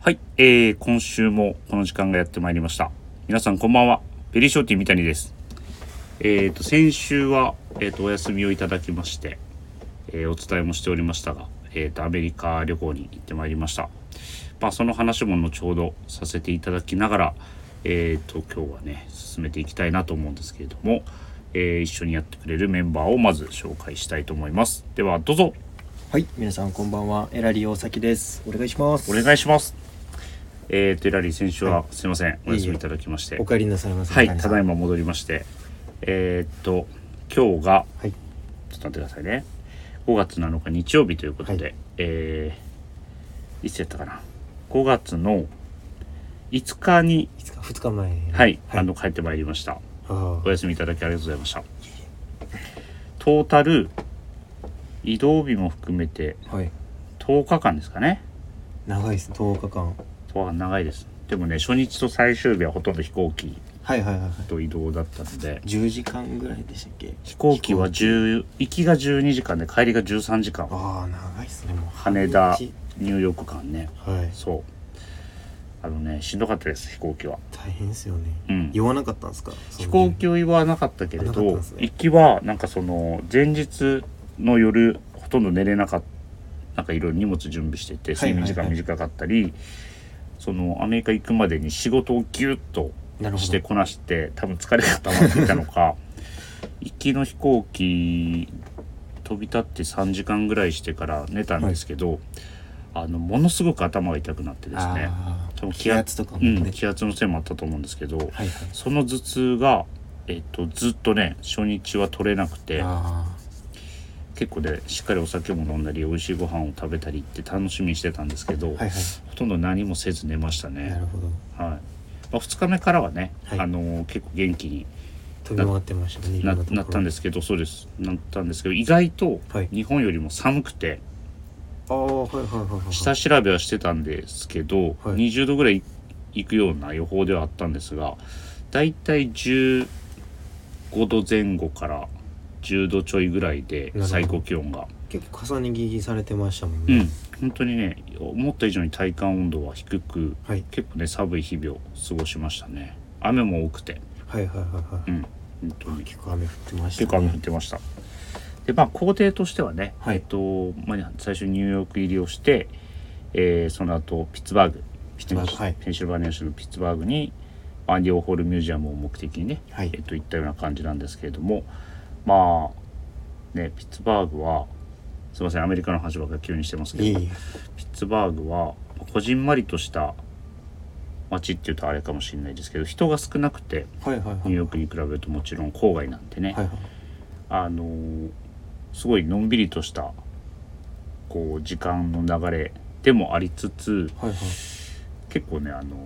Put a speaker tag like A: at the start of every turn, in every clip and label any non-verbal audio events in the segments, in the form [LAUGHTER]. A: はい、えー、今週もこの時間がやってまいりました。皆さんこんばんは。ペリーショーティー三谷です。えーと、先週は、えーと、お休みをいただきまして、えーお伝えもしておりましたが、えーと、アメリカ旅行に行ってまいりました。まあ、その話も後ほどさせていただきながら、えーと、今日はね、進めていきたいなと思うんですけれども、えー一緒にやってくれるメンバーをまず紹介したいと思います。では、どうぞ
B: はい、皆さんこんばんは。エラリー大崎です。お願いします。
A: お願い
B: し
A: します。えーと、エラリー選手は、
B: はい
A: すいません、お休みいただきまして。
B: お帰りなさいませ。
A: はい、
B: 谷
A: た
B: さん
A: だいま戻りまして、えーっと、今日が、
B: はい。
A: ちょっと待ってくださいね、5月7日日曜日ということで、
B: はい
A: えー、いつやったかな、5月の5日に、
B: いつか二日前。
A: はい、
B: はい、
A: あの、帰ってまいりました。
B: あー
A: お休みいただきありがとうございました。トータル、移動日も含めて
B: はい。
A: 10日間ですかね。
B: 長いです。十日間。
A: 10日間長いです。でもね、初日と最終日はほとんど飛行機
B: はいはいはいはい。
A: と移動だったので、
B: 十時間ぐらいでしたっけ？
A: 飛行機は10行きが12時間で帰りが13時間
B: ああ長いですね。もう
A: 羽田
B: 半日
A: ニューヨーク間ね
B: はい。
A: そうあのねしんどかったです飛行機は
B: 大変ですよね。
A: うん
B: 言わなかったんですか？その
A: 飛行機酔いはなかったけれ
B: なかった
A: ど、
B: ですね
A: 行きはなんかその前日の夜ほとんど寝れなかったなんかいろいろ荷物準備してて
B: はい
A: 睡
B: はいは
A: 眠
B: い
A: 時間短かったり、そのアメリカ行くまでに仕事をギュッと
B: なるほど
A: してこなして多分疲れが溜まっていたの
B: [LAUGHS]
A: か行きの飛行機飛び立って3時間ぐらいしてから寝たんですけど、あのものすごく頭が痛くなってですね
B: あー
A: 多分
B: 気圧とかも
A: うん、
B: ね。
A: 気圧のせいもあったと思うんですけど、
B: はいはい。
A: その頭痛が、えっと、ずっとね初日は取れなくて
B: あ
A: 結構でしっかりお酒も飲んだり美味しいご飯を食べたりって楽しみにしてたんですけど、
B: あはいは
A: ほとんど何もせず寝ました
B: い。な
A: ね
B: る、ほど。
A: はいまあ、2日目からはね、
B: はい
A: あのー結構元気に
B: 飛び回ってましたね。。
A: ななったんですすけどそうですなったんですけど意外と
B: はい
A: 日本よりも寒くて、
B: ああはいはいはいはいはい。
A: 下調べはしてたんですけど、
B: はい
A: 20度ぐらいいくような予報ではあったんですがだいたい15度前後から10度ちょいぐらいで
B: ほど
A: 最高気温が
B: 結構重ね着されてましたもん
A: う
B: ね。
A: ん本当にね思った以上に体感温度は低く
B: はい
A: 結構ね寒い日々を過ごしましたね雨も多くて
B: はいはいはいはい。
A: うん本当に
B: 結構雨降ってました、
A: 結構雨降ってました。でまあ工程としてはね、
B: はい
A: えっとまあ、最初にニューヨーク入りをして、えーその後ピッツバーグピ
B: ッツバーグはい
A: ペンシルバニア州のピッツバーグにアンディ・オーホールミュージアムを目的にね、
B: はい
A: えっと、行ったような感じなんですけれどもまあねピッツバーグはすいませんアメリカの話ばっかり急にしてますけど
B: いえいえ
A: ピッツバーグはこじんまりとした街っていうとあれかもしれないですけど人が少なくて
B: はいはいはい
A: ニューヨークに比べるともちろん郊外なんでね、
B: はいはい
A: あのーすごいのんびりとしたこう時間の流れでもありつつ
B: はいはい
A: 結構ねあの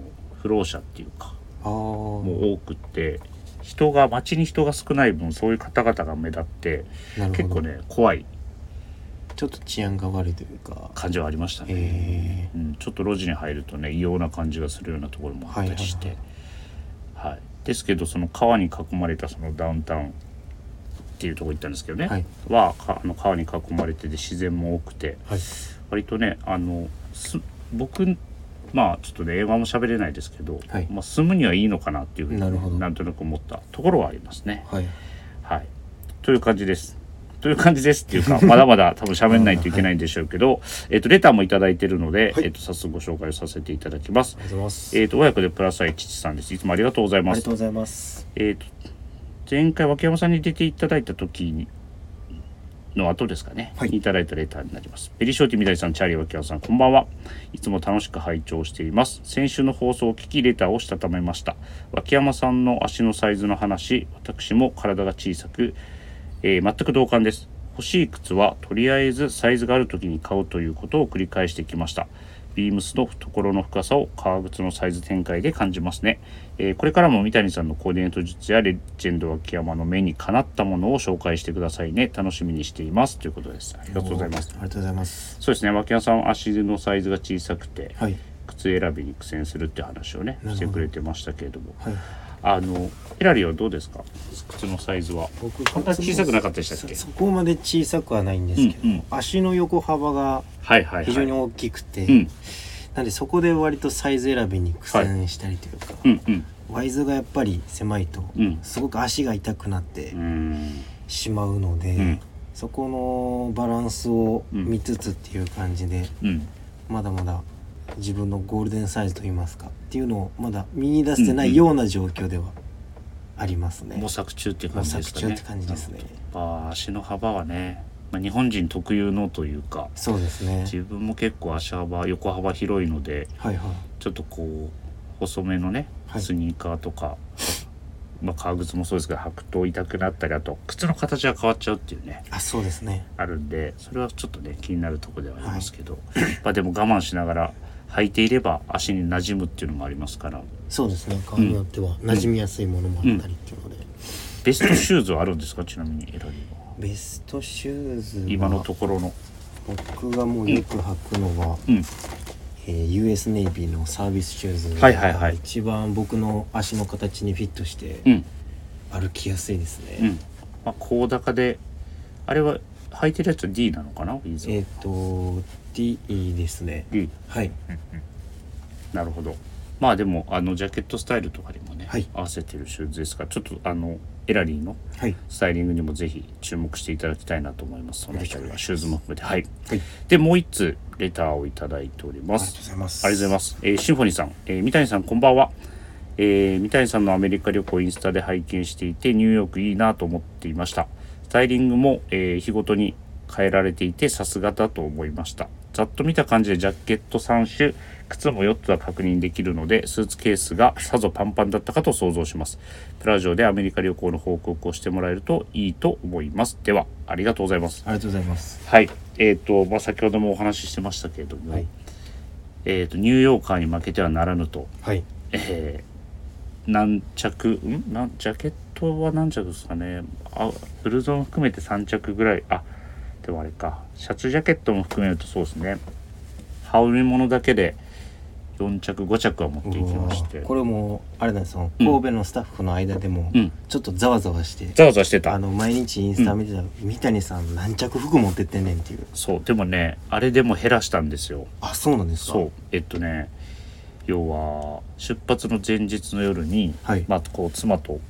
A: 不老者っていうか
B: ああ
A: もう多くって人が街に人が少ない分そういう方々が目立って
B: なるほど
A: 結構ね怖い
B: ちょっと治安が悪いというか
A: 感じはありましたね。う
B: え
A: ん、ちょっと路地に入るとね異様な感じがするようなところもあったりして、は
B: はいい
A: ですけどその川に囲まれたそのダウンタウンっていうとこ行ったんですけどね、
B: はい
A: はかあの川に囲まれてて自然も多くて
B: ー、はい
A: 割とねあのす僕まあちょっとね英語も喋れないですけど、
B: はい
A: まあ、住むにはいいのかなっていうふうに
B: なるほど
A: なんとなく思ったところはありますね。
B: はい
A: はい。という感じです。という感じですっていうか、 [LAUGHS] まだまだ多分喋んないといけないんでしょうけど、えっと、レターもいただいてるので、
B: はい
A: えっと、早速ご紹介をさせていただきます
B: あ。りがとうございます、
A: えっと、親子でプラス愛父さんです。いつもありがとうござい
B: あ
A: ま
B: りが
A: す
B: とう。ございます
A: えっと、前回、脇山さんに出ていただいた時に、の後ですかね、
B: はい
A: い、ただいたレターになります。ベリーショーティーみたいさん、チャーリー脇山さん、こんばんは。いつも楽しく拝聴しています。先週の放送を聞き、レターをしたためました。脇山さんの足のサイズの話、私も体が小さく、えー全く同感です。欲しい靴はとりあえずサイズがある時に買うということを繰り返してきました。ビームスの懐の深さを革靴のサイズ展開で感じますね。えーこれからも三谷さんのコーディネート術やレジェンド脇山の目にかなったものを紹介してくださいね。楽しみにしています。ということです。あり
B: あ
A: がとうございます。
B: ありがとうございます
A: そうですね、脇山さん、足のサイズが小さくて、
B: はい
A: 靴選びに苦戦するって話をね、
B: なるほど
A: してくれてましたけれども、
B: はい
A: あの、ヒラリーはどうですか靴のサイズは。
B: 僕
A: そんな小さくなかったでしたっけ
B: そそこまで小さくはないんですけど、
A: うんうん
B: 足の横幅
A: はい
B: が
A: はいはい。
B: 非常に大きくて、
A: うん
B: なんでそこで割とサイズ選びに苦戦したりというか、
A: うんうん
B: ワイズがやっぱり狭いと
A: うん
B: すごく足が痛くなって
A: うーん
B: しまうので、
A: うん
B: そこのバランスを見つつっていう感じで、
A: うん
B: まだまだ自分のゴールデンサイズといいますかっていうのをまだ見出せてないような状況ではありますね。
A: 模索中っていう
B: 模
A: 感じで
B: 索
A: すか
B: 中
A: ね
B: って感じですね。
A: やっぱ足の幅はね、まあ、日本人特有のというか
B: そうですね。
A: 自分も結構足幅横幅広いので
B: はいはい。
A: ちょっとこう細めのね
B: はい
A: スニーカーとか、 [LAUGHS] まあ革靴もそうですけど履くと痛くなったりあと靴の形が変わっちゃうっていうね
B: あ、そうですね。
A: あるんでそれはちょっとね気になるところではありますけど、 [LAUGHS] まあでも我慢しながら履いていれば足に馴染むっていうのもありますから
B: そうですね。顔によっては馴染みやすいものもあったりっていうので、
A: ベストシューズはあるんですかちなみに選びは
B: ベストシューズは
A: 今のところの
B: 僕がもうよく履くのは、
A: うん
B: えー US ネイビーのサービスシューズ
A: はいはいはい
B: 一番僕の足の形にフィットして
A: うん
B: 歩きやすいですね。
A: うんまあ高高であれは履いてるやつは D なのかなウィズ
B: えっ、と D ですね。
A: D
B: はい。
A: なるほどまあでもあのジャケットスタイルとかにもね、
B: はい
A: 合わせてるシューズですからちょっとあのエラリーの
B: はい。
A: スタイリングにもぜひ注目していただきたいなと思いますその
B: よろしくお
A: 辺
B: 願い
A: り
B: し
A: は
B: ます
A: シューズも含めてはい
B: はい。
A: でもう一通レターをいただいておりま
B: ありがとうご
A: す
B: ざいます。
A: ありがとうございます、えーシンフォニーさん、えー三谷さんこんばんは、えー三谷さんのアメリカ旅行をインスタで拝見していてニューヨークいいなと思っていましたスタイリングも、えー日ごとに変えられていてさすがだと思いましたざっと見た感じでジャケット3種靴も4つは確認できるのでスーツケースがさぞパンパンだったかと想像しますプラジオでアメリカ旅行の報告をしてもらえるといいと思いますではありがとうございます
B: ありがとうございます。
A: はい、えーとまあ、先ほどもお話ししてましたけれども、
B: はい
A: えー、とニューヨーカーに負けてはならぬと、
B: はい。
A: えー何着んなんジャケットは何着ですかねあブルゾン含めて3着ぐらいあでもあれかシャツジャケットも含めるとそうですね羽織物だけで4着5着は持っていきまして
B: これもあれなんですよ。
A: うん
B: 神戸のスタッフの間でも
A: うん
B: ちょっとざわざわして、
A: ざわざわして
B: あ
A: た
B: の毎日インスタ見てたら、三谷さん何着服持ってってんねんっていう。
A: そうでもねあれでも減らしたんですよ
B: あ、そうなんですか。
A: そうえっとね要は出発の前日の夜に、
B: はい
A: まあ、こう妻と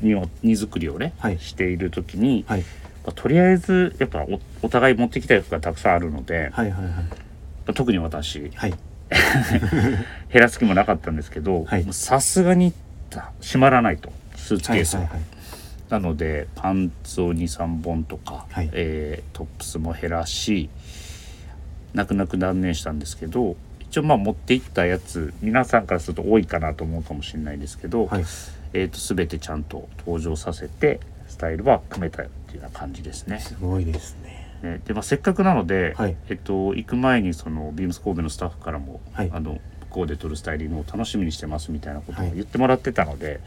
A: 荷を荷造りをね、
B: はい
A: している時に、
B: はい。
A: まあとりあえずやっぱおお互い持ってきたい服がたくさんあるので、
B: はいはいはい。
A: まあ特に私
B: はい。
A: 減らす気もなかったんですけど
B: はい
A: もうさすがに閉まらないとスーツ
B: は
A: ケ
B: い
A: ース
B: は
A: が
B: いはい。
A: なのでパンツを23本とか、
B: はい
A: えートップスも減らし泣く泣く断念したんですけど一応まあ持っていったやつ皆さんからすると多いかなと思うかもしれないですけど、
B: はい
A: えー、と全てちゃんと登場させてスタイルは組めたっていうような感じですね。
B: すごいですね。
A: ねでまあ、せっかくなので、
B: はい
A: えっと、行く前にそのビームス神戸のスタッフからも、
B: はい
A: あの向こうで撮るスタイリングを楽しみにしてますみたいなこと
B: は
A: を
B: い
A: 言ってもらってたので、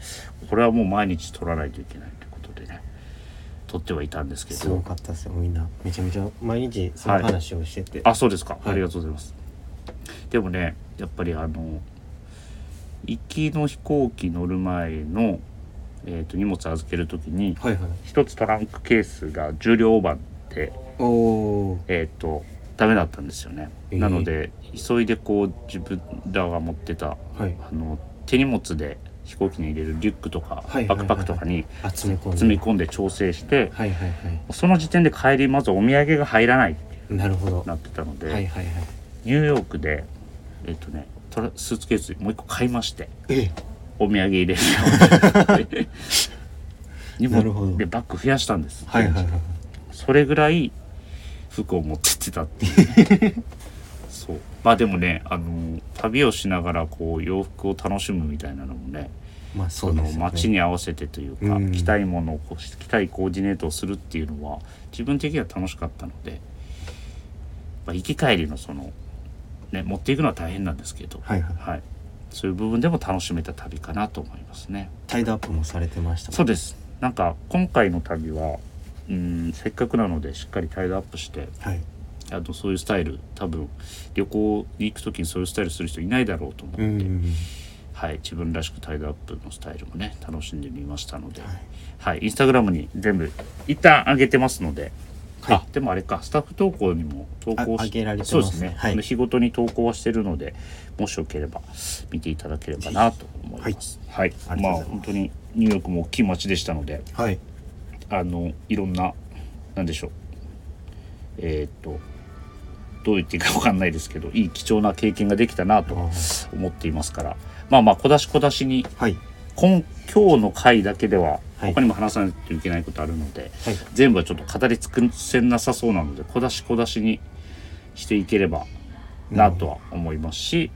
A: これはもう毎日撮らないといけないということでね撮ってはいたんですけ
B: すご
A: ど
B: かったですよ。みんなめちゃめちゃ毎日その話をしてて。
A: あそうですか、
B: い
A: ありがとうございますでもねやっぱりあの行きの飛行機乗る前の、えっと荷物預ける時に
B: はいはい。
A: 一つトランクケースが重量オーバーで
B: おお。
A: えっ、とダメだったんですよね、
B: えー
A: なので急いでこう自分らが持ってた
B: はい。
A: あの手荷物で飛行機に入れるリュックとか、
B: はい
A: バ
B: はいはい
A: ックパックとかに
B: あ詰め込んで。
A: 詰め込んで調整して、
B: はいはいは
A: その時点で帰りまずお土産が入らないって
B: い。なるほど。
A: なってたので、
B: はいはいはい。
A: ニューヨークでえっ、とねトラスーツケースもう一個買いまして
B: え
A: お土産入れるように荷物
B: [LAUGHS] なるほど
A: でバッグ増やしたんです、
B: はいはいはい。
A: それぐらい服を持ってってたっていうねそうまあでもねあの旅をしながらこう洋服を楽しむみたいなのもね
B: まあそ
A: そうの
B: ですよね。
A: 街に合わせてというか、
B: うん
A: 着たいものをこうし着たいコーディネートをするっていうのは自分的には楽しかったので、まあ、行き帰りのその、ね、持っていくのは大変なんですけど、
B: はいはい
A: はい、そういう部分でも楽しめた旅かなと思いますね。
B: タイドアップもされてましたもん。
A: そうですなんか今回の旅はうんせっかくなのでしっかりタイドアップして
B: はい。
A: あとそういうスタイル多分旅行に行く時にそういうスタイルする人いないだろうと思って、
B: うん。
A: はい、自分らしくタイドアップのスタイルもね楽しんでみましたので、
B: はい
A: はい、インスタグラムに全部一旦上げてますので
B: はい
A: あでもあれかスタッフ投稿にも投稿
B: あ上げられてます
A: そ
B: ね
A: うですね、
B: はい
A: 日ごとに投稿はしてるのでもしよければ見ていただければなと思いますはい、
B: あり
A: ま
B: が
A: あ
B: とうございます
A: 本当にニューヨークも大きい街でしたので
B: はい
A: あのいろんななんでしょうえーっとどう言っていいか分かんないですけどいい貴重な経験ができたなと思っていますからまあまあ小出し小出しに
B: はい
A: 今今日の回だけでは
B: はい
A: 他にも話さないといけないことあるので、
B: はい
A: 全部はちょっと語り尽くせなさそうなので小出し小出しにしていければなとは思いますし、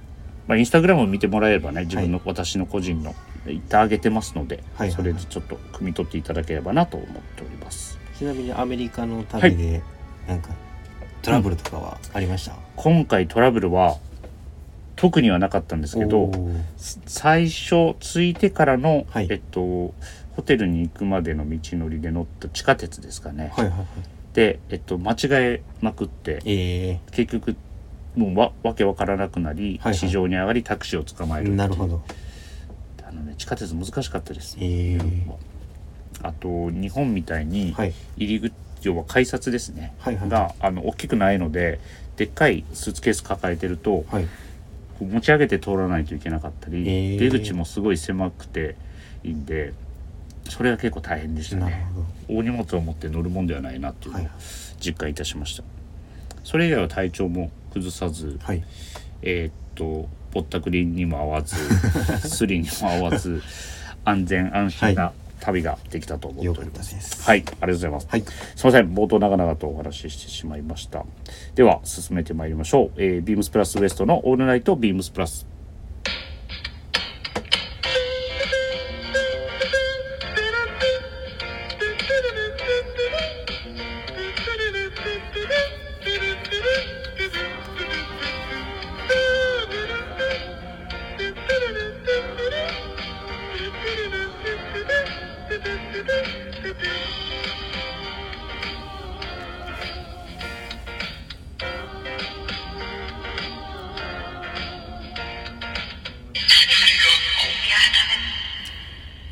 A: まあ、インスタグラムを見てもらえればね自分の、私の個人の一旦上げてますので、
B: はいはいはい
A: それでちょっと汲み取っていただければなと思っております。
B: ちなみにアメリカの旅でなんかトラブルとかはありました、
A: 今回トラブルは特にはなかったんですけど
B: おー
A: 最初着いてからの、
B: はい
A: えっと、ホテルに行くまでの道のりで乗った地下鉄ですかね、
B: はいはいはい
A: で、えっと、間違えまくって
B: え
A: 結局もうわわけわからなくなり、
B: はいはい
A: 地上に上がりタクシーを捕まえ
B: ー、
A: る
B: なるほど
A: あの、ね、地下鉄難しかったです、
B: えー
A: あと日本みたいに
B: はい
A: 入り口、要は改札ですね、
B: はいはい
A: があの大きくないのででっかいスーツケース抱えてると
B: はい
A: こう持ち上げて通らないといけなかったり、
B: えー
A: 出口もすごい狭くていいんでそれは結構大変でした
B: なる
A: ね
B: ほど
A: 大荷物を持って乗るもんではないなっていうのを
B: はい
A: 実感いたしました、それ以外は体調も崩さず、
B: はい
A: えーっとぼったくりにも合わ
B: [LAUGHS]
A: ずスリにも合わず安全安心な旅ができたと思って
B: よ
A: お
B: かっ
A: り
B: た
A: ま。
B: ですす
A: はい、ありがとうございます。
B: はい
A: すみません、冒頭長々とお話ししてしまいました。では、進めてまいりましょう。えー、ビームスプラスウエストのオールナイトビームスプラス。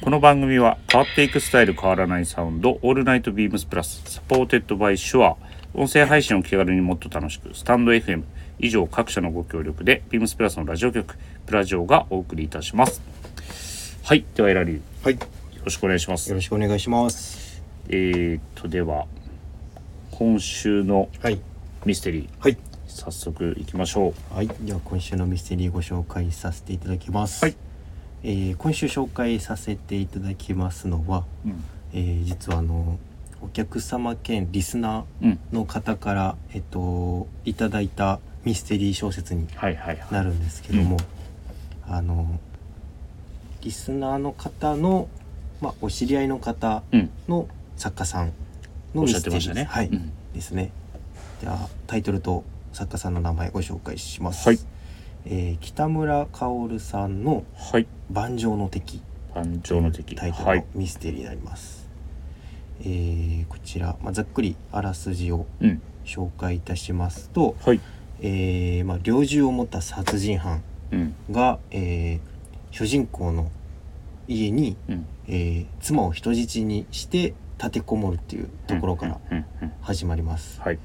A: この番組は変わっていくスタイル変わらないサウンド、オールナイトビームスプラス、サポーテッドバイシュア、音声配信を気軽にもっと楽しく、スタンド FM、以上各社のご協力で、ビームスプラスのラジオ局、プラジオがお送りいたします。はい、ではエラリー、よ
B: はい
A: ろしくお願いします
B: よ。ろしくお願いします
A: えー、っとでは今週の
B: はい
A: ミステリー
B: はい
A: 早速いきましょう
B: はい、では今週のミステリーご紹介させていただきます。
A: はい
B: えー今週紹介させていただきますのは、
A: うん
B: えー実はあのお客様兼リスナ
A: うん
B: ーの方からえっといただいたミステリー小説に
A: はいはいはい
B: なるんですけども、あのリスナーの方のまあお知り合いの方
A: うん
B: の作家さん
A: おっ
B: のミ
A: しゃっ
B: ス
A: て
B: テリー
A: ましたね
B: はい。
A: うん
B: ですねではタイトルと作家さんの名前ご紹介します、
A: はい
B: えー北村薫さんの
A: はい
B: 「盤上の敵
A: 誕生の」敵
B: タイト
A: は
B: ルの
A: い
B: ミステリーになります、えーこちら、まあ、ざっくりあらすじを
A: うん
B: 紹介いたしますと、
A: はい
B: えーまあ、猟銃を持った殺人犯
A: うん
B: が、えー主人公の家に、
A: うん
B: えー妻を人質にして立てこもるっていうところから
A: うんうんうん
B: 始まります、
A: はい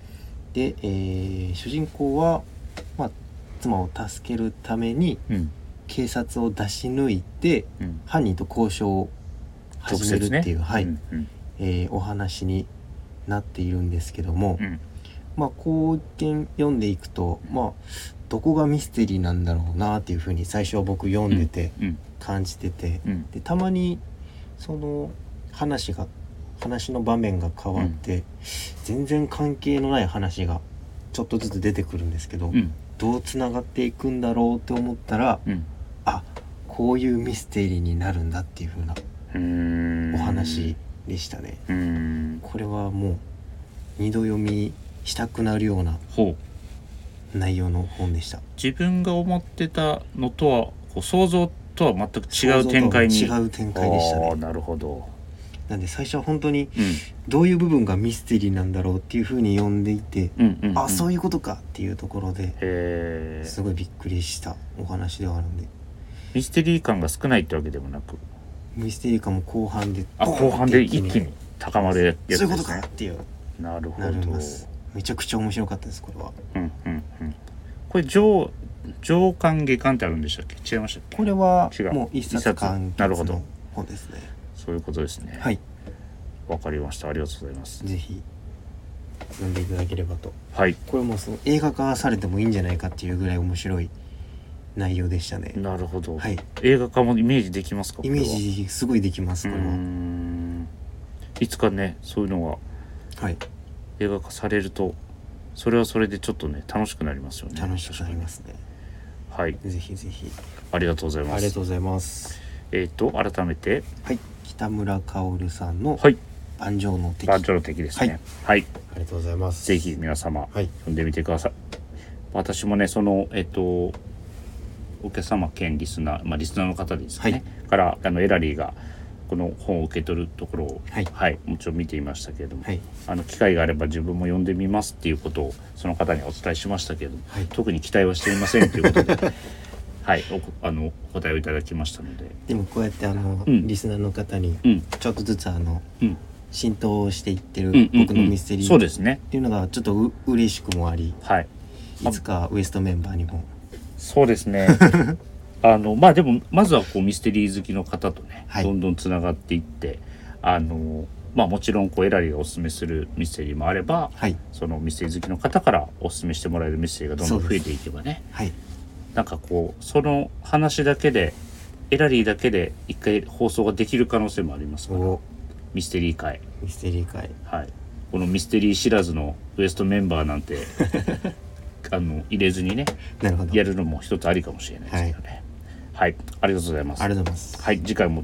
B: で、えー主人公は、まあ、妻を助けるために
A: うん
B: 警察を出し抜いて
A: うん
B: 犯人と交渉を
A: 直
B: 始める
A: 接ね
B: っていう、はい
A: うんうん
B: えーお話になっているんですけども、
A: うん
B: まあこう一見読んでいくと、まあ、どこがミステリーなんだろうなっていうふうに最初は僕読んでて
A: うん
B: 感じてて、
A: うん
B: でたまにその話が話の場面が変わって、全然関係のない話がちょっとずつ出てくるんですけど、
A: うん
B: どうつながっていくんだろうって思ったら
A: うん
B: あこういうミステリーになるんだっていう風な
A: うーん
B: お話でしたね。
A: うーん
B: これはもう二度読みしたくなるような
A: ほう
B: 内容の本でした。
A: 自分が思ってたのとはこう想像とは全く違う展開に
B: 想像とは違う展開でした
A: あー
B: ね。
A: なるほど
B: なんで最初は本当に
A: う
B: どういう部分がミステリーなんだろうっていう風に読んでいて、
A: んうんうん
B: あそううんいうことかっていうところで
A: へー
B: すごいびっくりしたお話ではあるんで
A: ミステリー感が少ないってわけでもなく
B: ミステリー感も後半で
A: あ
B: ボーン
A: 後半で一
B: っ
A: 気
B: て
A: に高まるやつ
B: そういうことかっていう
A: うなるほど
B: なりますめちゃくちゃ面白かったですこれは
A: うんうんうんこれ上上巻下巻ってあるんでしたっけ違いましたっけ
B: これは
A: 違う
B: もう一
A: 一
B: 冊
A: 冊
B: 完
A: なるほど
B: 結の本ですね
A: そういうことですね
B: はい
A: わかりましたありがとうございます
B: ぜひ読んでいただければと
A: はい
B: これもその映画化されてもいいんじゃないかっていうぐらい面白い内容でしたね
A: なるほど、
B: はい
A: 映画化もイメージできますか
B: イメー
A: これは
B: ジすごいできます
A: う
B: こ
A: ー
B: れは
A: んいつかねそういうのが
B: はい
A: 映画化されるとそれはそれでちょっとね楽しくなりますよね
B: 楽しくなりますね
A: はい
B: ぜひぜひ
A: ありがとうござい
B: あ
A: ま
B: りが
A: す
B: とうございます
A: えっ、と改めて
B: はい北村薫さんの
A: はい
B: 「盤上の敵」
A: バンジョの敵ですねはい、
B: ありがとうございます
A: ぜひ皆様
B: はい
A: 読んでみてください私もねそのえっ、とお客様兼リスナーまあリスナーの方ですね、
B: はい
A: からあのエラリーがこの本を受け取るところを
B: はい
A: もちろん見ていましたけれども、
B: はい
A: あの機会があれば自分も読んでみますっていうことをその方にお伝えしましたけれども、
B: はい
A: 特に期待はしていませんということ
B: [LAUGHS]
A: ではいおこあのお答えをいただきましたので
B: でもこうやってあの、
A: うん
B: リスナーの方に
A: うん
B: ちょっとずつあの
A: うん
B: 浸透していって
A: うん
B: る
A: うんうん
B: 僕のミステリー、
A: そうですね
B: っていうのがちょっとう嬉しくもあり
A: はい
B: いつかウエストメンバーにも
A: そうです
B: [LAUGHS]
A: ねあのまあでもまずはこうミステリー好きの方とね、
B: はい
A: どんどんつながっていってあのまあもちろんこうエラリーがおすすめするミステリーもあれば
B: はい
A: そのミステリー好きの方からおすすめしてもらえるミステリーがどんどん
B: そう
A: 増
B: で
A: え
B: す
A: ていけばね
B: はい
A: なんかこうその話だけでエラリーだけで一回放送ができる可能性もありますから
B: お
A: ミステリー界
B: ミステリー界
A: はいこのミステリー知らずのウエストメンバーなん
B: [LAUGHS]
A: てあの入れずにね
B: なるほど
A: やるのも一つありかもしれないですけどねはい、ありがとうございます
B: ありがとうございます
A: はい次回も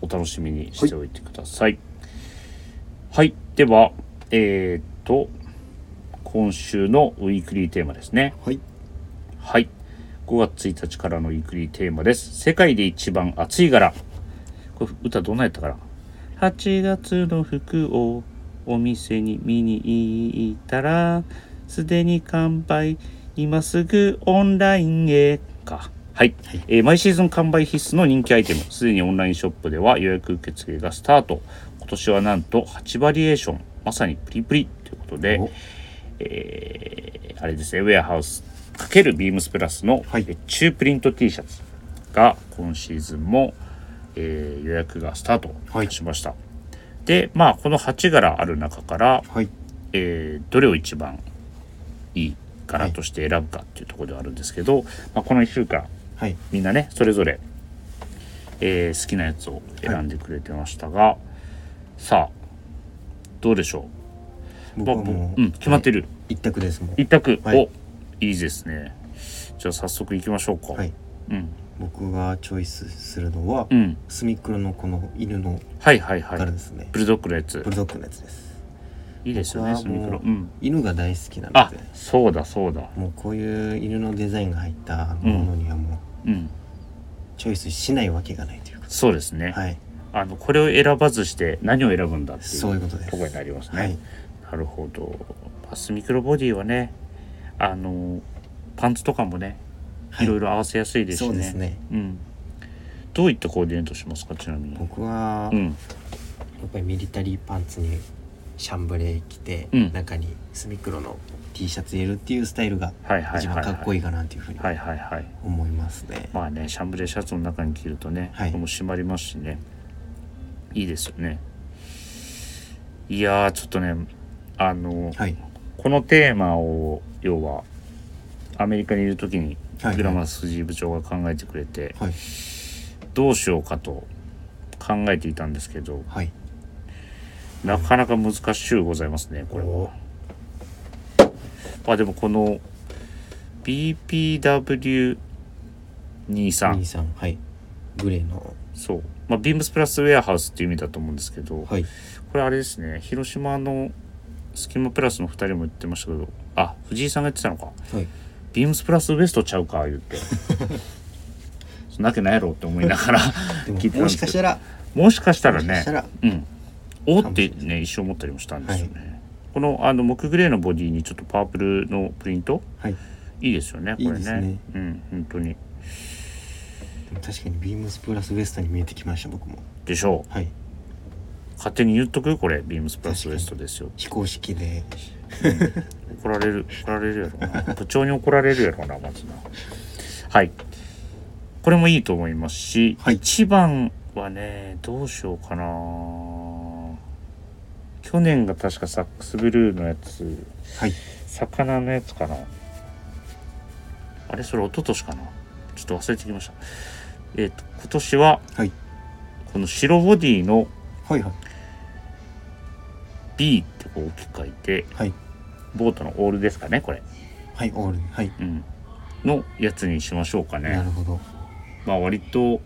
A: お楽しみにしておいてくださいはい、ではえー、っと今週のウィークリーテーマですね
B: はい
A: はい。5月1日からのウィークリーテーマです。世界で一番暑い柄。これ歌どんなやったかな ?8 月の服をお店に見に行ったら、すでに完売。今すぐオンラインへ。か。はい、
B: はい
A: えー毎シーズン完売必須の人気アイテム。すでにオンラインショップでは予約受付がスタート。今年はなんと8バリエーション。まさにプリプリということで。
B: お
A: えーあれですね、ウェアハウス×ビームスプラスの
B: はい
A: え中プリント T シャツが今シーズンも、えー予約がスタートいたしました。で、まあ、この8柄ある中から、
B: はい
A: えーどれを一番いい柄として選ぶかっていうところではあるんですけど、まあ、この1週間、
B: はい
A: みんなねそれぞれ、えー好きなやつを選んでくれてましたが、さあどうでしょう
B: 僕
A: まあ
B: はもう、
A: うん、決まって
B: る
A: る、
B: 一択ですもん
A: 一択、
B: はい
A: おいいですねじゃあ早速行きましょうか、
B: はい
A: うん
B: 僕がチョイスするのは、
A: うん
B: スミクロのこの犬の
A: はいはいは
B: 柄
A: い
B: ですね、
A: ブルドッグのやつ
B: ブルドッグのやつです
A: いいですよね
B: 僕
A: ス
B: はも
A: ミ
B: う
A: クロうん
B: 犬が大好きなの
A: あ
B: で
A: そうだそうだ
B: もうこういう犬のデザインが入ったものにはもう
A: うん
B: チョイスしないわけがないというか、
A: そうですね、
B: はい
A: あのこれを選ばずして何を選ぶんだっていう
B: そういうことです
A: ころになりますね、
B: はい
A: なるほどまあスミクロボディはねあのパンツとかもね
B: はい
A: いろいろ合わせやすいですしね、
B: そうですね
A: うんどういったコーディネートしますかちなみに
B: 僕は、
A: う
B: や
A: ん
B: っぱりミリタリーパンツにシャンブレー着て、
A: うん
B: 中にスミクロの T シャツ入れるっていうスタイルが
A: はいはいはいはい
B: 一番かっこいいかなというふうに
A: はいはいはい
B: 思いますね、
A: まあねシャンブレーシャツの中に着るとね、
B: はい
A: これも締まりますしねいいですよねいやーちょっとねあの、
B: はい
A: このテーマを要はアメリカにいる時に
B: はい
A: グラマス藤井部長が考えてくれて、
B: はい
A: どうしようかと考えていたんですけど
B: はい
A: なかなか難しゅうございますねこれは。
B: お
A: まあでもこの BPW23
B: 兄さんはいグレーの
A: そう、まあ、ビームスプラスウェアハウスっていう意味だと思うんですけど、
B: はい
A: これあれですね広島のスキマプラスの2人も言ってましたけどあ藤井さんが言ってたのか
B: はい
A: ビームスプラスウエストちゃうか言って
B: [LAUGHS]
A: そんなわけないやろって思いながら
B: で
A: 聞いて
B: も
A: たん
B: も
A: で
B: し
A: すけ
B: か
A: ど
B: したら
A: もしかしたら
B: もしか
A: ね
B: したら
A: うんおーってね一瞬思ったりもしたんですよね、このあの木グレーのボディにちょっとパープルのプリント
B: はい
A: いいですよねこ
B: いい
A: れね
B: ですね
A: うん本当に
B: でも確かにビームスプラスウエストに見えてきました僕も
A: でしょう
B: はい
A: 勝手に言っとくこれビームスプラスウエストですよ
B: 非公式で
A: 怒られる怒られるやろな部長に怒られるやろなまずなはいこれもいいと思いますし、
B: はい
A: 一番はねどうしようかな去年が確かサックスブルーのやつ
B: はい
A: 魚のやつかなあれそれ一昨年かなちょっと忘れてきましたえっ、と今年は
B: はい
A: この白ボディの
B: はいはい
A: B ってこう大きく書いて
B: はい
A: ボートのオールですかねこれ、
B: はいオールはい、
A: うん、のやつにしましょうかね
B: なるほど
A: まあ割と、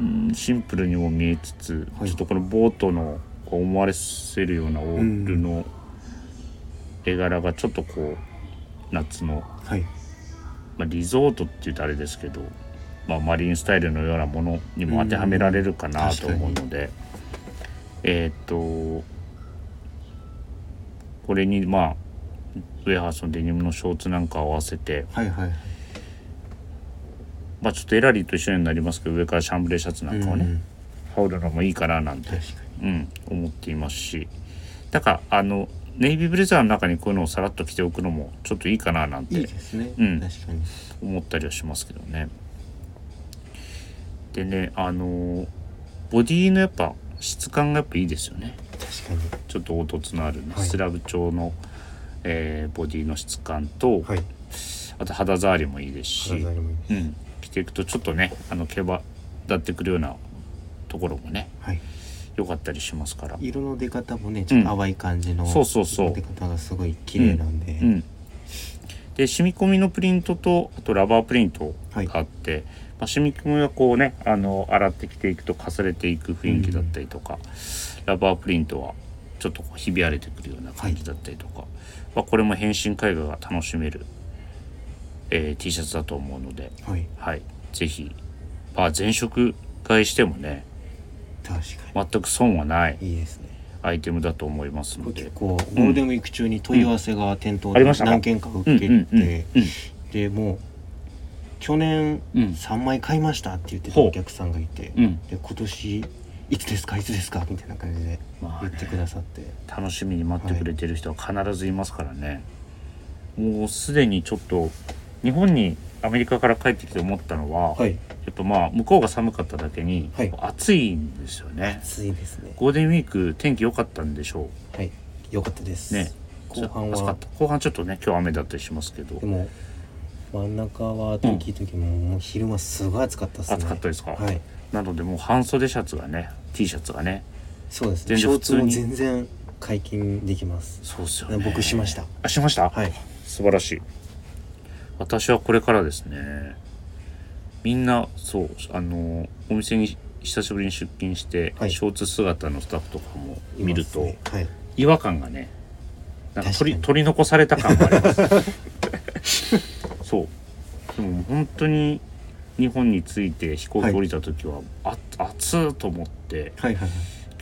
A: うん、シンプルにも見えつつ、
B: はい
A: ちょっとこのボートのこう思わせるようなオールの絵柄がちょっとこう夏の、
B: はい
A: まあ、リゾートって言うとあれですけど、まあ、マリンスタイルのようなものにも当てはめられるかな
B: うん
A: と思うので、えーっとこれにまあウェアハースのデニムのショーツなんかを合わせて
B: はいはいはい
A: まあちょっとエラリーと一緒になりますけど上からシャンブレーシャツなんかをね、
B: うん
A: 羽織るのもいいかななんて、
B: 確か
A: うん、思っていますしだからあのネイビーブレザーの中にこういうのをさらっと着ておくのもちょっといいかななん
B: にいい
A: て
B: ですね、
A: うん
B: 確かに
A: 思ったりはしますけどね。でねあのボディのやっぱ質感がやっぱいいですよね。
B: 確かに
A: ちょっと凹凸のあるね、
B: はい
A: スラブ調の、えーボディの質感と、
B: はい
A: あと肌触りもいいですし。
B: 体にもいい
A: うん、着ていくとちょっとねあの毛羽立ってくるようなところもね
B: はい
A: 良かったりしますから、
B: 色の出方もねちょっと淡い感じの、
A: そうそうそう
B: 色の出方がすごい綺麗なんで、
A: うん、で染み込みのプリントとあとラバープリント
B: はい
A: があって、まあ、染み込みはこうねあの洗ってきていくとかされていく雰囲気だったりとか、ラバープリントはちょっとこうひび割れてくるような感じだったりとか、まあ、これも変身絵画が楽しめる、えー T シャツだと思うので、
B: はい
A: はい、ぜひ、まあ、前色買いしてもね
B: 確か
A: 全く損はない
B: にいいですね
A: アイテムだと思います
B: こ
A: の
B: れ
A: で
B: 結。構ゴールデンウィーク中に問い合わせが店頭
A: あ
B: で
A: りましたか
B: 何件か受
A: うん
B: けて、
A: うんうんうん
B: でもう去年
A: うん
B: 3枚買いましたって言ってた
A: ほう
B: お客さんがいて、
A: うん
B: で今年いつですかいつですかみたいな感じで
A: まあ
B: 言
A: ね
B: ってくださって、
A: 楽しみに待ってくれてる人は必ずいますからね、もうすでにちょっと日本にアメリカから帰ってきて思ったのは、
B: はい
A: やっぱまあ向こうが寒かっただけに、
B: はい
A: 暑いんですよね
B: 暑いですね
A: ゴールデンウィーク天気良かったんでしょ
B: はい良かったです、
A: うね
B: 後半
A: 暑かっ
B: は
A: た後半ちょっとね今日雨だったりしますけど
B: でも真ん中は時々ももう昼間すごい暑かったですね
A: 暑かったですか
B: はい
A: なのでもう半袖シャツがね T シャツがね
B: そうです
A: 全
B: ね
A: 然
B: ショーツも
A: 普通に
B: 全然解禁できます
A: そうですよね
B: 僕しました
A: あしました、
B: はい
A: 素晴らしい私はこれからですねみんなそうあのお店に久しぶりに出勤して、
B: はい
A: ショーツ姿のスタッフとかも
B: いますね
A: 見ると、
B: はい
A: 違和感がねなんか
B: 確か
A: 取
B: に
A: り取り残された感があります
B: [LAUGHS]
A: そうでも本当に日本に着いて飛行機降りた時は、あ暑っと思って
B: はいはい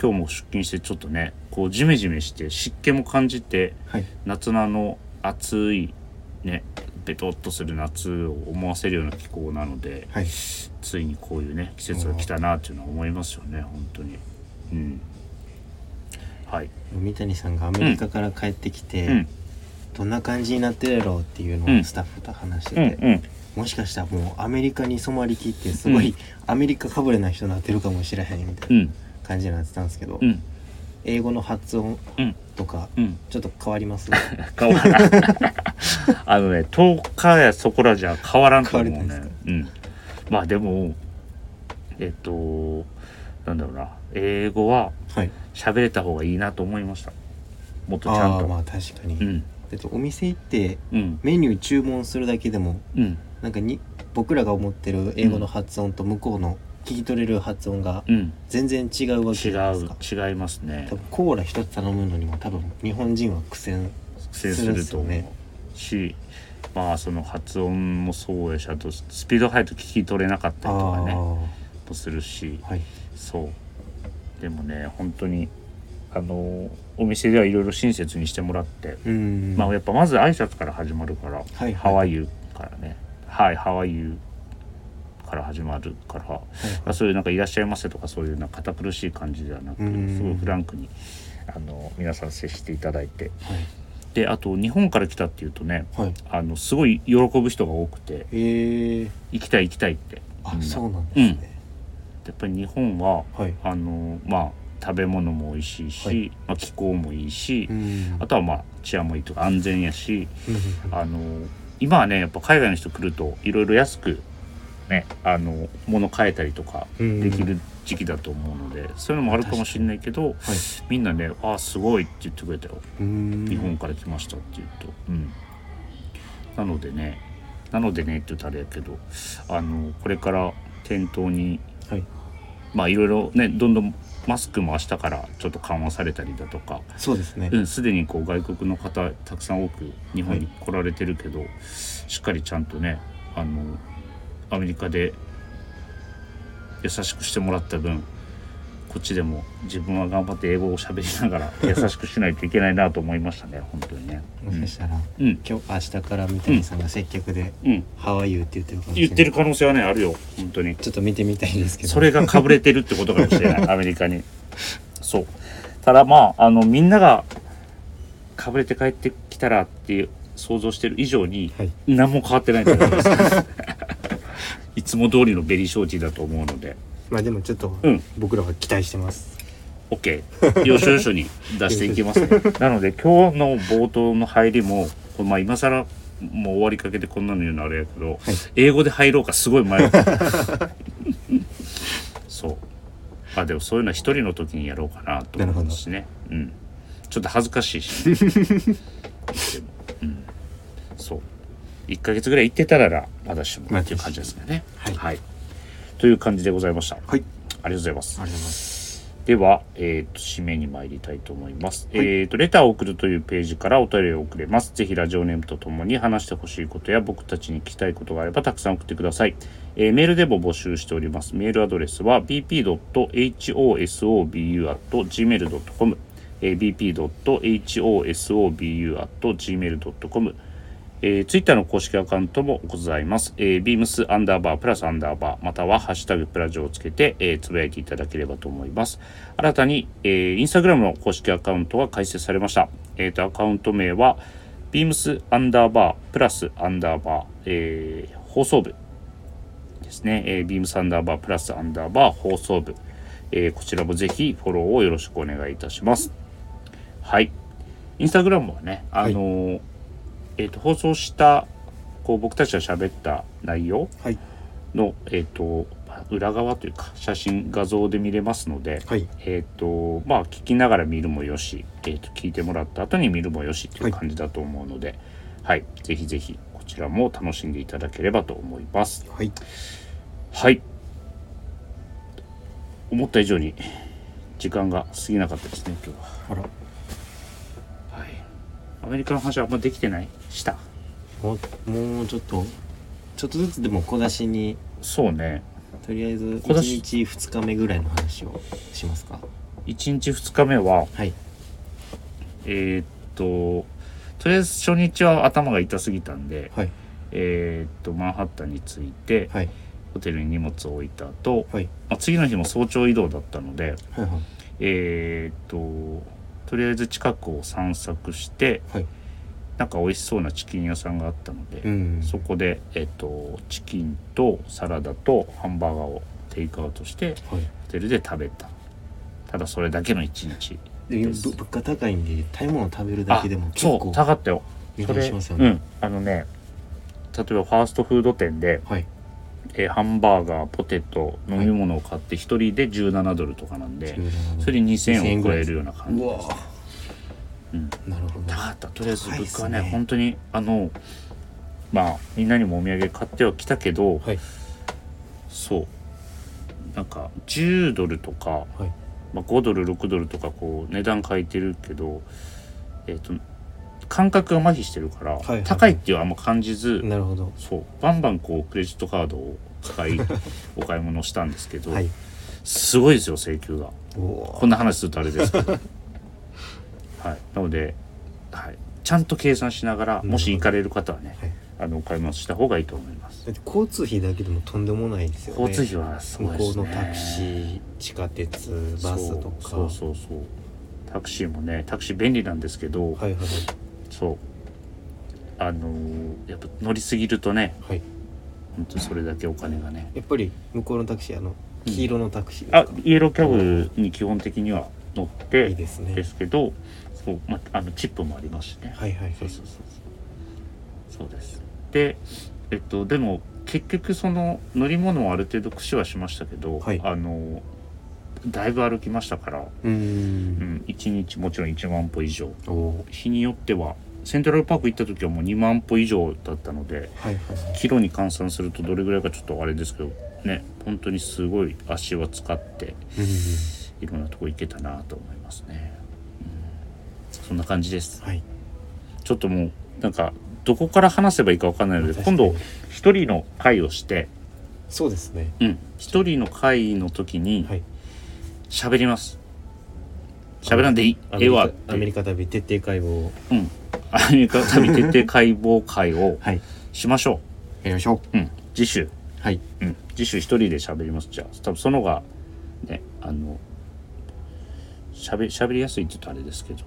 A: 今日も出勤してちょっとねこうジメジメして湿気も感じて
B: はい
A: 夏のあの暑いねベトっとする夏を思わせるような気候なので
B: はい
A: ついにこういうね季節が来たなっていうのは思いますよね本当にうんはい
B: 三谷さんがアメリカから帰ってきて、
A: うん
B: どんな感じになってるやろうっていう
A: う
B: の
A: ん
B: をスタッフと話して
A: うんう
B: て、
A: ん
B: もしかしたらもうアメリカに染まりきってすごい、
A: うん
B: アメリカかぶれな人になってるかもしれへんみた
A: う
B: いなん感じになってたんですけど、
A: うん
B: 英語の発音
A: うん
B: とか
A: うん
B: ちょっと変わ
A: [LAUGHS]
B: りますね
A: 変わらん [LAUGHS] あのね10日やそこらじゃ変わらんと思う
B: 変わらない
A: ね
B: ですか
A: うんまあでもえっとなんだろうな英語は
B: はい
A: 喋れた方がいいなと思いましたもっとちゃん
B: ああ
A: と、
B: まあ確かに、
A: うん
B: だってお店行って
A: うん
B: メニュー注文するだけでも
A: うん
B: なんかに僕らが思ってる英語の発音と向こうの聞き取れる発音が
A: うん
B: 全然違うわ
A: 違
B: けじゃないですか
A: う違いますね
B: 多分コーラ一つ頼むのにも多分日本人は苦戦
A: 苦戦すると思
B: するっすよね
A: うしまあその発音もそうやしあとスピード速いと聞き取れなかったりとかねもするし
B: あーはい
A: そうでもね本当にあのお店ではいろいろ親切にしてもらって、
B: うん
A: まあやっぱまず挨拶から始まるから「
B: はい
A: ハワイユー」からね「はいハワイユー」から始まるから、そういうなんか「いらっしゃいませ」とかそういうなんか堅苦しい感じではなく
B: うん
A: すごいフランクにあの皆さん接していただいて
B: はい
A: であと日本から来たっていうとね
B: はい
A: あのすごい喜ぶ人が多くて
B: えー、
A: 「行きたい行きたい」って
B: あ、
A: みんな
B: そうなんですね、
A: やっぱり日本は
B: はい
A: あのまあ食べ物も美味しいし、
B: はい
A: まあ、気候もいいし、
B: うん
A: あとはまあ治安もいいとか安全やし
B: うん
A: あの今はねやっぱ海外の人来るといろいろ安くねあの物買えたりとか
B: うん
A: できる時期だと思うので、そういうのもあるかもしれないけど、
B: かにはい
A: みんなね「ああすごい」って言ってくれたよ
B: うん
A: 日本から来ましたって言うと、うん、なのでねなのでねって言うとあれやけどあのこれから店頭に
B: はい
A: まあいろいろねどんどんマスクも明日からちょっと緩和されたりだとか
B: そうですね、
A: うんすで、にこう外国の方たくさん多く日本に
B: は
A: 来られてるけど、しっかりちゃんとねあのアメリカで優しくしてもらった分こっちでも自分は頑張って英語を喋りな [LAUGHS] がら優しくしないといけないなと思いましたね本当にね。
B: もしかしたら、
A: うんうん
B: 今日明日から三谷さんが接客で、
A: うん、
B: ハワイユーって言ってるかもしれ
A: 言っ
B: ない
A: てる可能性はねあるよ本当に
B: ちょっと見てみたいですけど
A: それがかぶれてるってことかもしれ
B: [LAUGHS]
A: ないアメリカにそうただまああのみんながかぶれて帰ってきたらっていう想像してる以上に、
B: はい
A: 何も変わってないと思います [LAUGHS] いつも通りのベリーショーティーだと思うので
B: まあでもちょっと
A: うん
B: 僕らは期待してます、
A: OK 要所要所に出していき
B: [LAUGHS]
A: ますねなので今日の冒頭の入りもこれまあ今更もう終わりかけてこんなの言うのあれやけど、英語で入ろうか [LAUGHS] すごい迷ったそうあでもそういうのは一人の時にやろうかなと思いますしねうんちょっと恥ずかしい
B: [LAUGHS]
A: し、でもうんそう1ヶ月ぐらい行ってたら私もっていう感じですかね
B: はい
A: はい、という感じでございました、
B: はい
A: ありがとうございます
B: ありがとうございます
A: では、えーと締めに参りたいと思います、えーとレターを送るというページからお便りを送れますぜひラジオネームとともに話してほしいことや僕たちに聞きたいことがあればたくさん送ってください、えーメールでも募集しておりますメールアドレスは bp.hosobu.gmail.com bp.hosobu.gmail.com えー、ツイッターの公式アカウントもございます。えー、ビームスアンダーバープラスアンダーバーまたはハッシュタグプラジオをつけて、えーつぶやいていただければと思います。新たに、えー、インスタグラムの公式アカウントが開設されました。えー、と、アカウント名は、ビームスアンダーバープラスアンダーバー、えー放送部ですね。えー、ビームスアンダーバープラスアンダーバー放送部。えーこちらもぜひフォローをよろしくお願いいたします。はい。インスタグラムはね、あのーえー、と放送したこう僕たちが喋った内容
B: はい
A: の、えー、とまあ裏側というか写真画像で見れますので、
B: はい
A: えっ、とまあ聞きながら見るもよし、えー、と聞いてもらった後に見るもよしっていう感じだと思うので、はい、ぜひぜひこちらも楽しんでいただければと思います。
B: はい
A: はい思った以上に時間が過ぎなかったですね今日
B: あら
A: は。はい、アメリカの話はあんまできてないした
B: もうもうちょっとちょっとずつでも小出しに
A: そうね
B: とりあえず
A: 小出
B: 1
A: し
B: 日2日目ぐらいの話をしますか
A: 1日2日目は
B: はい
A: えーっととりあえず初日は頭が痛すぎたんで、
B: はい
A: えーっとマンハッタンに着いて、
B: はい
A: ホテルに荷物を置いた後、
B: はい
A: まあ次の日も早朝移動だったので
B: はいはい
A: えーっととりあえず近くを散策して
B: はい
A: なんか美味しそうなチキン屋さんがあったので、
B: うん
A: そこで、えーっとチキンとサラダとハンバーガーをテイクアウトして
B: は
A: ホ
B: い
A: テルで食べたただそれだけの一日
B: で今
A: です
B: ぶ物価高いんで食べ物食べるだけでも
A: あ
B: 結
A: そ
B: 構
A: う高かったよ
B: 値
A: そ
B: 段
A: れ
B: しますよ
A: う
B: ね
A: ん、あのね例えばファーストフード店で、
B: はい
A: えーハンバーガーポテト飲み物を買って一人で17ドルとかなんで、
B: 17
A: それで
B: 2000
A: 2000円
B: 円
A: を超
B: ぐらい
A: え
B: です
A: るような感
B: う
A: じ
B: わ
A: うん
B: なるほど
A: 高かったとりあえず
B: 高いっ
A: 物
B: す
A: 価はね
B: ね
A: 本当にあのまあみんなにもお土産買ってはきたけど、
B: はい
A: そうなんか10ドルとか、
B: はい
A: まあ、5ドル6ドルとかこう値段書いてるけどえっ、と感覚が麻痺してるから、
B: はいはい
A: 高いっていうのはあんま感じず、
B: なるほど
A: そうバンバンこうクレジットカードを使
B: [LAUGHS]
A: いお買い物をしたんですけど、
B: はい
A: すごいですよ請求が
B: おお
A: こんな話するとあれですけ
B: [LAUGHS]
A: どはいなので、はい、ちゃんと計算しながら
B: ほど
A: もし行かれる方はね、
B: はい
A: あのお買い物した方がいいと思います
B: だって交通費だけでもとんでもないですよね
A: 交通費はすご
B: 向
A: いで
B: こう
A: すね
B: のタクシー地下鉄バスとか
A: そうそうそうそうタクシーもねタクシー便利なんですけど、
B: はいはい
A: そうあのーやっぱ乗りすぎるとね
B: はいはい
A: 本当それだけお金がね
B: やっぱり向こうのタクシーあの
A: うん
B: 黄色のタクシー
A: あ
B: ですか、
A: イエローキャブに基本的には乗って
B: いいですね
A: ですけどそう、ま、あのチップもありますしね、
B: はいはいはい
A: そうそうそうそうそうですでえっとでも結局その乗り物をある程度駆使はしましたけど、
B: はい
A: あのだいぶ歩きましたから、
B: う
A: う
B: ー
A: んん、1日もちろん1万歩以上
B: おお
A: 日によってはセントラルパーク行った時はもう2万歩以上だったので
B: はいはい
A: キロに換算するとどれぐらいかちょっとあれですけどね本当にすごい足は使って
B: うんうん
A: いろんなとこ行けたなと思いますね、うん、そんな感じです
B: はい
A: ちょっともうなんかどこから話せばいいかわかんないので
B: 確か
A: 今
B: に
A: 度一人の会をして
B: そうですね
A: うん一人の会の時に
B: はい
A: 喋ります喋らんでいい
B: アメ
A: ええ
B: リ
A: わっ
B: カ
A: て
B: アメリカ旅徹底解剖
A: うんアメリカ旅徹底解剖会を
B: はい
A: しましょ
B: やりましょ
A: う、うん、次週
B: うはい
A: うん、次週一人で喋りますじゃあ多分その方がねあの喋喋りやすいって言うとあれですけど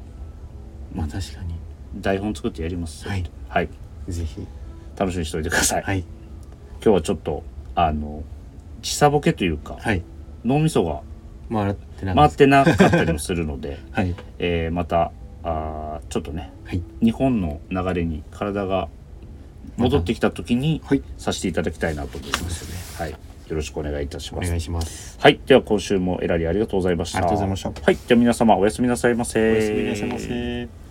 B: まあ確かに
A: 台本作ってやります
B: はい、
A: はい、
B: ぜひ
A: 楽しみにしておいてください、
B: はい
A: 今日はちょっとあの時差ボケというか、
B: はい
A: 脳みそが
B: 回ってなか
A: 回
B: っ
A: ってなかったりもするので、 [LAUGHS]
B: たはい
A: えーまたあーちょっとね
B: はい
A: 日本の流れに体が戻ってきた時に
B: はい
A: させていただきたいなと思い
B: そう
A: ま、
B: ですすね
A: はい、よろしくお願いいたし
B: お
A: ます
B: 願いします
A: はい。では今週もエラリーありがとうございました。
B: ありがとうございました
A: はい。では皆様おやすみなさいませ。
B: おやすみなさいませ